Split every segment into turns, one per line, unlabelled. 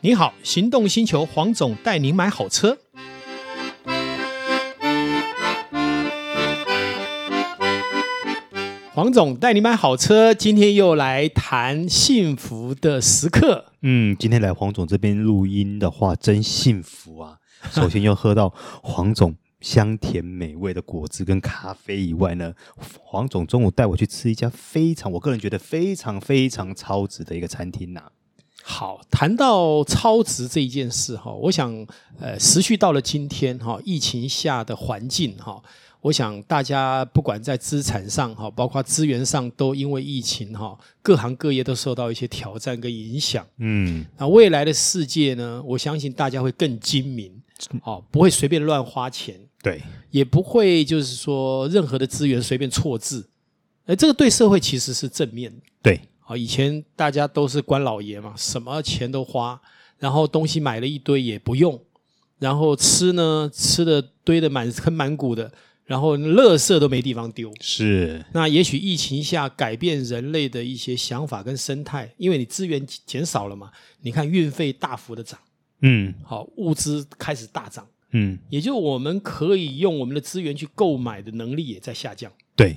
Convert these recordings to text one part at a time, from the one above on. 你好，行动星球黄总带您买好车。黄总带您买好车，今天又来谈幸福的时刻。
嗯，今天来黄总这边录音的话，真幸福 啊！首先又喝到黄总香甜美味的果汁跟咖啡以外呢，黄总中午带我去吃一家非常，我个人觉得非常非常超值的一个餐厅呐、
好，谈到超值这一件事哈，我想呃，持续到了今天哈，疫情下的环境哈，我想大家不管在资产上哈，包括资源上，都因为疫情哈，各行各业都受到一些挑战跟影响。
嗯，
那未来的世界呢，我相信大家会更精明，哦，不会随便乱花钱，
对，
也不会就是说任何的资源随便错置，哎，这个对社会其实是正面的。
对，
啊，以前大家都是官老爷嘛，什么钱都花，然后东西买了一堆也不用，然后吃呢吃的堆的满坑满谷的，然后垃圾都没地方丢。
是，
那也许疫情下改变人类的一些想法跟生态，因为你资源减少了嘛，你看运费大幅的涨，
嗯
好物资开始大涨，
嗯，
也就我们可以用我们的资源去购买的能力也在下降，
对，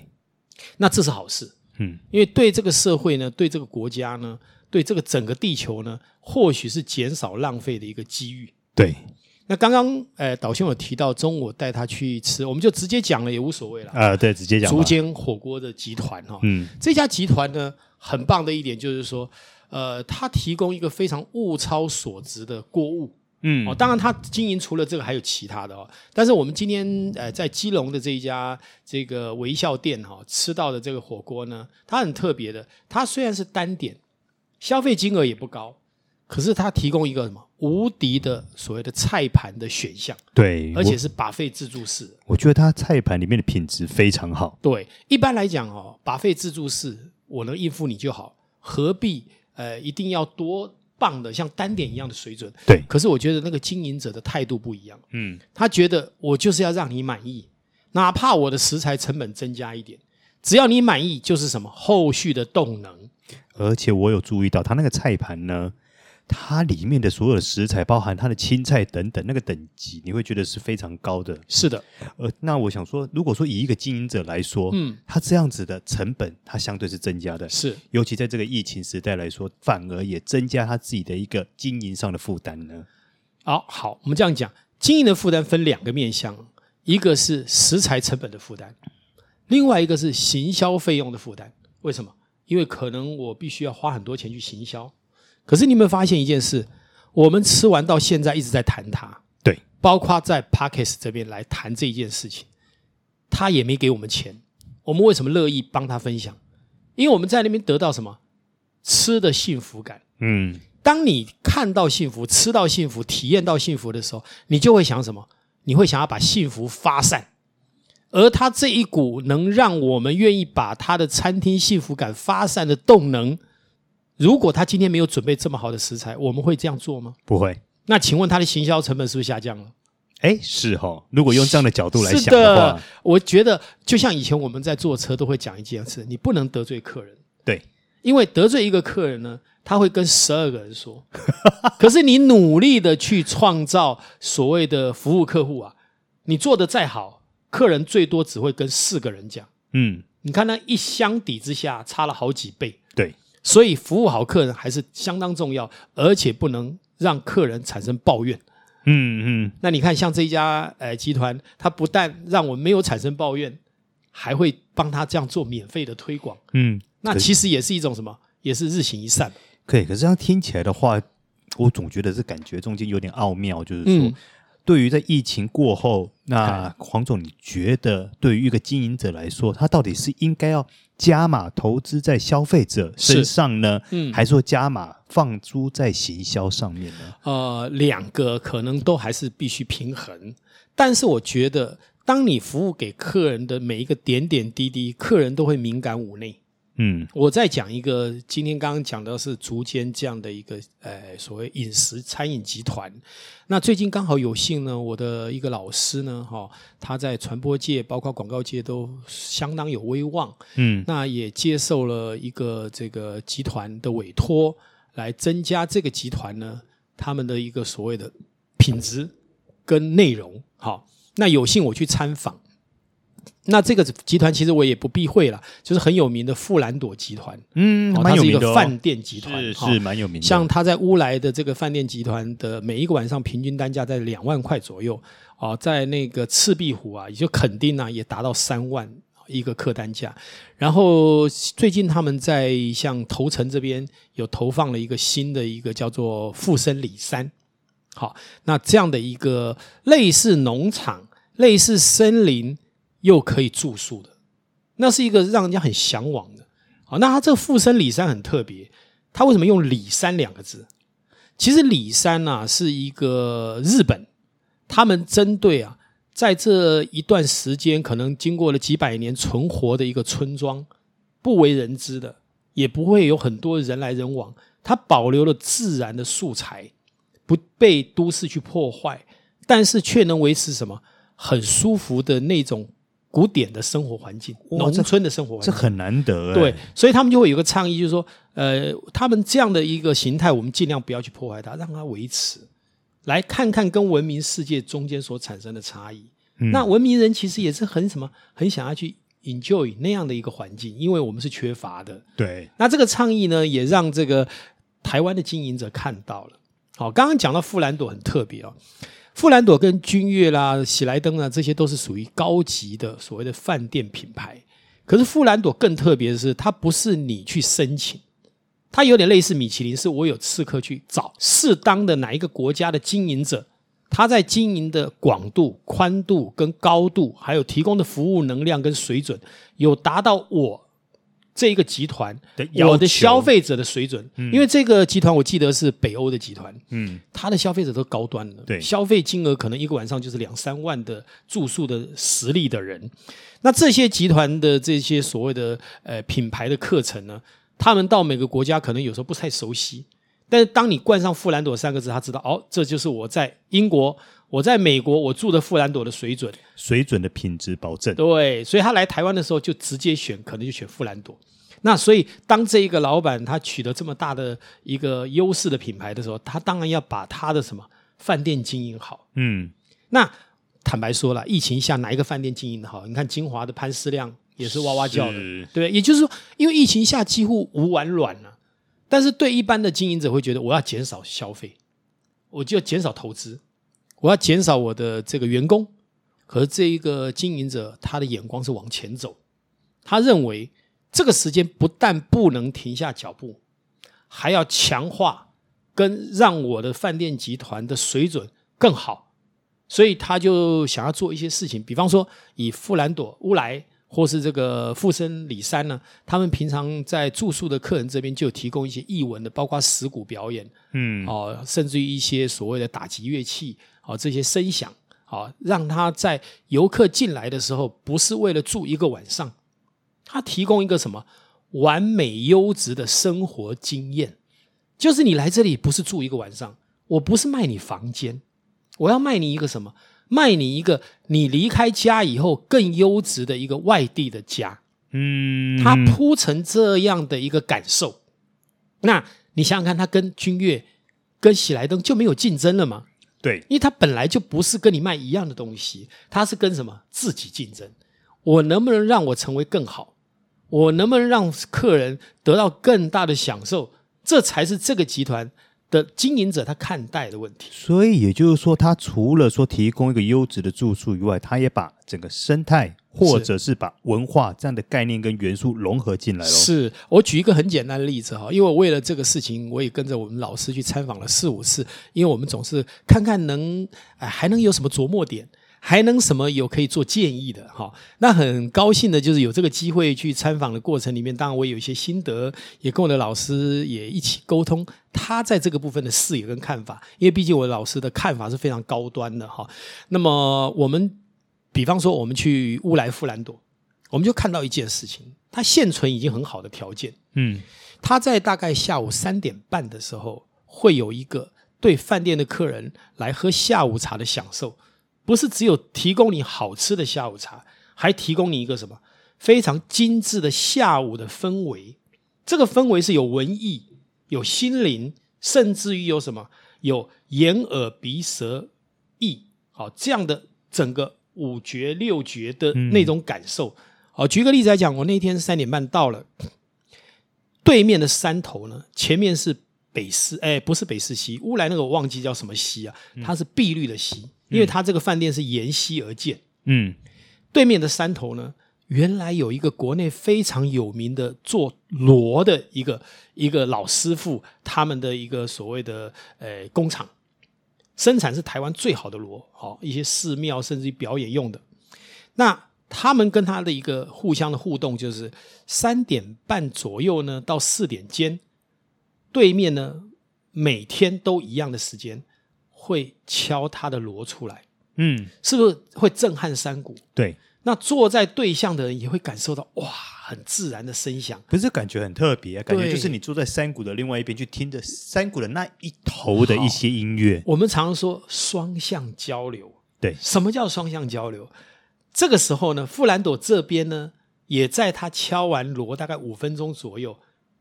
那这是好事。
嗯
因为对这个社会呢，对这个国家呢，对这个整个地球呢，或许是减少浪费的一个机遇。
对，
那刚刚呃，导兄有提到中午我带他去吃，我们就直接讲了也无所谓了。
啊，对，直接讲吧
竹，间火锅的集团哈、哦，
嗯
这家集团呢，很棒的一点就是说，呃，它提供一个非常物超所值的锅物。
嗯
哦，当然，它经营除了这个还有其他的哦。但是我们今天呃在基隆的这一家这个微笑店哈、吃到的这个火锅呢，它很特别的，它虽然是单点，消费金额也不高，可是它提供一个什么无敌的所谓的菜盘的选项，
对，
而且是把费自助式的。
我我觉得他菜盘里面的品质非常好，
对，一般来讲哦，把费自助式我能应付你就好，何必呃一定要多棒的像单点一样的水准？
对，
可是我觉得那个经营者的态度不一样。
嗯
他觉得我就是要让你满意，哪怕我的食材成本增加一点，只要你满意，就是什么后续的动能。
而且我有注意到，它那个菜盘呢，它里面的所有的食材，包含它的青菜等等，那个等级你会觉得是非常高的。
是的，
呃，那我想说，如果说以一个经营者来说，
嗯，
它这样子的成本，它相对是增加的，
是
尤其在这个疫情时代来说，反而也增加他自己的一个经营上的负担呢。
好、好，我们这样讲，经营的负担分两个面向，一个是食材成本的负担，另外一个是行销费用的负担。为什么？因为可能我必须要花很多钱去行销。可是你有没有发现一件事？我们吃完到现在一直在谈它，
对，
包括在 Parkes 这边来谈这一件事情，他也没给我们钱，我们为什么乐意帮他分享？因为我们在那边得到什么吃的幸福感。
嗯，
当你看到幸福、吃到幸福、体验到幸福的时候，你就会想什么？你会想要把幸福发散，而他这一股能让我们愿意把他的餐厅幸福感发散的动能，如果他今天没有准备这么好的食材，我们会这样做吗？
不会。
那请问他的行销成本是不是下降了？
哎，是哦。如果用这样的角度来
是
想的话，
我觉得就像以前我们在坐车都会讲一件事：你不能得罪客人。
对，
因为得罪一个客人呢，他会跟十二个人说。 可是你努力的去创造所谓的服务客户啊，你做的再好，客人最多只会跟四个人讲。
嗯，
你看那一相抵之下，差了好几倍。
对，
所以服务好客人还是相当重要，而且不能让客人产生抱怨。
嗯嗯，
那你看，像这一家呃集团，它不但让我没有产生抱怨，还会帮他这样做免费的推广。
嗯，
那
可
其实也是一种什么？也是日行一善。
可以，可是这样听起来的话，我总觉得这感觉中间有点奥妙，就是说，
嗯
对于在疫情过后，那黄总，你觉得对于一个经营者来说，他到底是应该要加码投资在消费者身上呢，
嗯
还是说加码放诸在行销上面呢？
呃，两个可能都还是必须平衡。但是我觉得，当你服务给客人的每一个点点滴滴，客人都会敏感五内。
嗯，
我再讲一个，今天刚刚讲到是竹间这样的一个呃所谓饮食餐饮集团。那最近刚好有幸呢，我的一个老师呢，哈、他在传播界包括广告界都相当有威望。
嗯，
那也接受了一个这个集团的委托，来增加这个集团呢他们的一个所谓的品质跟内容。好，那有幸我去参访，那这个集团其实我也不避讳了，就是很有名的富兰朵集团，
嗯
哦
蛮
它
有
是一
名的
个
哦
饭店集团，
是
好
是蛮有名的，
像他在乌来的这个饭店集团的每一个晚上平均单价在两万块左右啊，在那个赤壁湖啊，也就垦丁啊，也达到三万一个客单价。然后最近他们在像头城这边有投放了一个新的一个叫做富生里山，好，那这样的一个类似农场、类似森林又可以住宿的，那是一个让人家很向往的。好，那它这个富生里山很特别，它为什么用里山两个字？其实里山啊是一个日本，他们针对啊在这一段时间可能经过了几百年存活的一个村庄，不为人知的，也不会有很多人来人往，它保留了自然的素材，不被都市去破坏，但是却能维持什么很舒服的那种古典的生活环境，
哇
农
这
村的生活环
这
境。
很难得、欸，
对，所以他们就会有个倡议，就是说，呃，他们这样的一个形态，我们尽量不要去破坏它，让它维持，来看看跟文明世界中间所产生的差异。
嗯
那文明人其实也是很什么，很想要去 enjoy 那样的一个环境，因为我们是缺乏的。
对，
那这个倡议呢，也让这个台湾的经营者看到了。好，刚刚讲到富兰朵很特别哦，富兰朵跟君悦啦、喜来登啊，这些都是属于高级的所谓的饭店品牌。可是富兰朵更特别的是，它不是你去申请，它有点类似米其林，是我有刺客去找适当的哪一个国家的经营者，他在经营的广度、宽度跟高度，还有提供的服务能量跟水准，有达到我这一个集团
的要
我的
求
消费者的水准。因为这个集团我记得是北欧的集团，
嗯，
它的消费者都高端的，
对
消费金额可能一个晚上就是两三万的住宿的实力的人，那这些集团的这些所谓的呃品牌的课程呢，他们到每个国家可能有时候不太熟悉，但是当你冠上富兰朵三个字，他知道哦，这就是我在英国、我在美国我住的富兰朵的水准，
水准的品质保证，
对，所以他来台湾的时候就直接选，可能就选富兰朵。那所以，当这一个老板他取得这么大的一个优势的品牌的时候，他当然要把他的什么饭店经营好。
嗯，
那坦白说了，疫情下哪一个饭店经营的好？你看金华的潘思亮也是哇哇叫的，
是
对，也就是说，因为疫情下几乎无完卵了、但是对一般的经营者会觉得，我要减少消费，我就要减少投资，我要减少我的这个员工。可是这一个经营者，他的眼光是往前走，他认为这个时间不但不能停下脚步，还要强化跟让我的饭店集团的水准更好。所以他就想要做一些事情，比方说以富兰朵、乌来或是这个富生里山呢，他们平常在住宿的客人这边就有提供一些艺文的，包括石鼓表演
嗯，
哦、甚至于一些所谓的打击乐器哦、这些声响哦，让他在游客进来的时候，不是为了住一个晚上，他提供一个什么完美优质的生活经验，就是你来这里不是住一个晚上，我不是卖你房间，我要卖你一个什么？卖你一个你离开家以后更优质的一个外地的家。
嗯，
他铺成这样的一个感受，那你想想看，他跟君越、跟喜来登就没有竞争了嘛？
对，
因为他本来就不是跟你卖一样的东西，他是跟什么自己竞争。我能不能让我成为更好？我能不能让客人得到更大的享受？这才是这个集团的经营者他看待的问题。
所以也就是说，他除了说提供一个优质的住宿以外，他也把整个生态或者是把文化这样的概念跟元素融合进来咯。
是我举一个很简单的例子哈，因为我为了这个事情，我也跟着我们老师去参访了四五次，因为我们总是看看能哎还能有什么琢磨点。还能什么有可以做建议的哈？那很高兴的就是有这个机会去参访的过程里面，当然我有一些心得，也跟我的老师也一起沟通他在这个部分的视野跟看法，因为毕竟我的老师的看法是非常高端的哈。那么我们比方说我们去乌来富兰朵，我们就看到一件事情，它现存已经很好的条件。
嗯，
它在大概下午三点半的时候，会有一个对饭店的客人来喝下午茶的享受，不是只有提供你好吃的下午茶，还提供你一个什么非常精致的下午的氛围。这个氛围是有文艺、有心灵，甚至于有什么有眼、耳、鼻、舌、意，好、这样的整个五觉六觉的那种感受。好、举个例子来讲，我那天三点半到了，对面的山头呢，前面是北市，哎，不是北市西，乌来那个我忘记叫什么西啊，它是碧绿的西，因为它这个饭店是沿溪而建。
嗯，
对面的山头呢，原来有一个国内非常有名的做螺的一个一个老师傅，他们的一个所谓的呃工厂，生产是台湾最好的螺，好、一些寺庙甚至于表演用的。那他们跟他的一个互相的互动就是三点半左右呢到四点间，对面呢每天都一样的时间会敲他的螺出来，
嗯，
是不是会震撼山谷？
对，
那坐在对象的人也会感受到哇，很自然的声响，
可是感觉很特别、感觉
对
就是你坐在山谷的另外一边去听着山谷的那一头的一些音乐，
我们常说双向交流。
对
什么叫双向交流？这个时候呢，富兰朵这边呢，也在他敲完锣大概五分钟左右，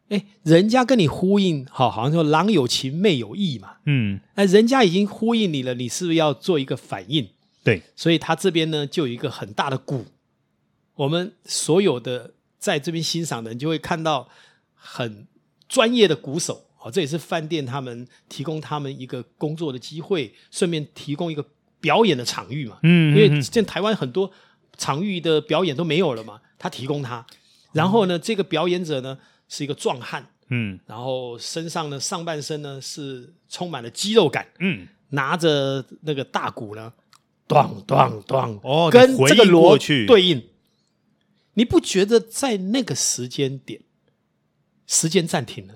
哎，人家跟你呼应，好，好像说郎有情妹有意嘛，
嗯，
那人家已经呼应你了，你是不是要做一个反应？
对，
所以他这边呢就有一个很大的鼓，我们所有的在这边欣赏的人就会看到很专业的鼓手，哦，这也是饭店他们提供他们一个工作的机会，顺便提供一个表演的场域嘛，因
嗯
为现在台湾很多场域的表演都没有了嘛，他提供他，然后呢，这个表演者呢是一个壮汉，
嗯
然后身上呢上半身呢是充满了肌肉感，
嗯，
拿着那个大鼓呢，咚咚咚，
哦
跟
你回
这个
应
锣
过去
对应。你不觉得在那个时间点，时间暂停了？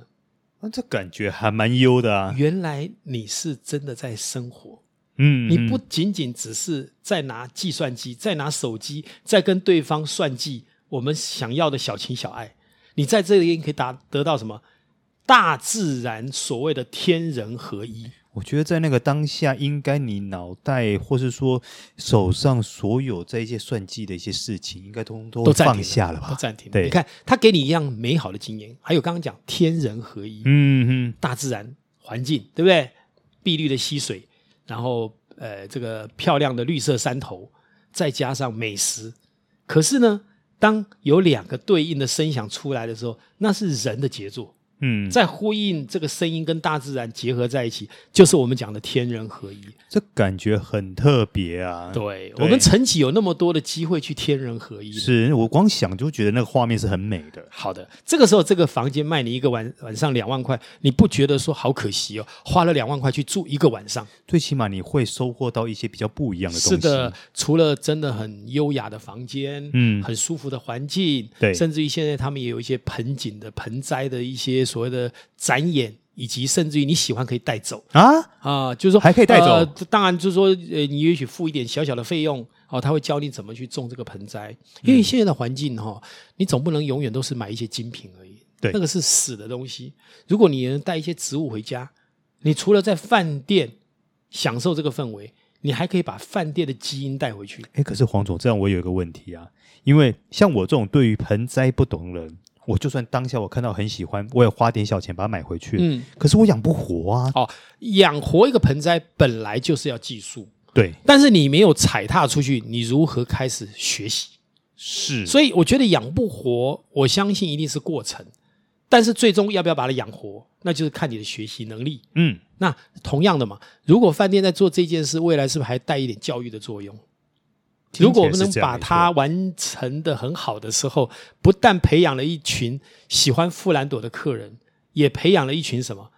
那啊这感觉还蛮优的啊，
原来你是真的在生活，
嗯，
你不仅仅只是在拿计算机、在拿手机、在跟对方算计我们想要的小情小爱，你在这里可以达得到什么？大自然所谓的天人合一。
我觉得在那个当下，应该你脑袋或是说手上所有这一些算计的一些事情，应该通通
都暂停
放下了吧？
都暂停了。
对
你看他给你一样美好的经验，还有刚刚讲天人合一，
嗯嗯，
大自然环境，对不对？碧绿的溪水，然后呃，这个漂亮的绿色山头，再加上美食。可是呢，当有两个对应的声响出来的时候，那是人的杰作，
嗯，
在呼应这个声音跟大自然结合在一起，就是我们讲的天人合一。
这感觉很特别啊。
对
对
我们曾几有那么多的机会去天人合一，
是我光想就觉得那个画面是很美的。
好的，这个时候这个房间卖你一个晚晚上两万块，你不觉得说好可惜哦？花了两万块去住一个晚上。
最起码你会收获到一些比较不一样的东西。
是的，，除了真的很优雅的房间，
嗯
很舒服的环境，
对
甚至于现在他们也有一些盆景的盆栽的一些所谓的展演，以及甚至于你喜欢可以带走。
啊，
啊、就是说
还可以带走
呃当然就是说，呃，你也许付一点小小的费用，哦，他会教你怎么去种这个盆栽，
嗯
因为现在的环境哈、你总不能永远都是买一些精品而已，
对
那个是死的东西。如果你能带一些植物回家，你除了在饭店享受这个氛围，你还可以把饭店的基因带回去。
哎，可是黄总，这样我有一个问题啊，因为像我这种对于盆栽不懂的人，我就算当下我看到很喜欢，我也花点小钱把它买回去，
嗯，
可是我养不活啊。
哦，养活一个盆栽本来就是要技术，
对，
但是你没有踩踏出去，你如何开始学习？
是
所以我觉得养不活，我相信一定是过程，但是最终要不要把它养活，那就是看你的学习能力。
嗯，
那同样的嘛，如果饭店在做这件事，未来是不是还带一点教育的作用？如果我们能把它完成的很好的时候，不但培养了一群喜欢富兰朵的客人，也培养了一群什么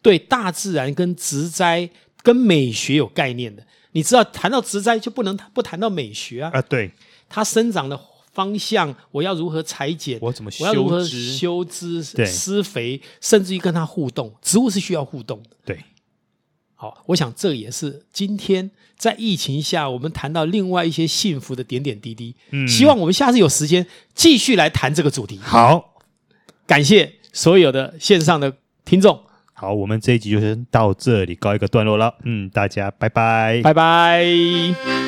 对大自然跟植栽跟美学有概念的。你知道，谈到植栽就不能不谈到美学啊
啊，对
它生长的方向，我要如何裁剪，
我怎么
我要如何
修枝
修枝、
对
施肥，甚至于跟它互动。植物是需要互动的。
对，
好，我想这也是今天在疫情下，我们谈到另外一些幸福的点点滴滴。
嗯
希望我们下次有时间继续来谈这个主题。
好
感谢所有的线上的听众，
好，我们这一集就先到这里告一个段落了，嗯，大家拜拜。
拜拜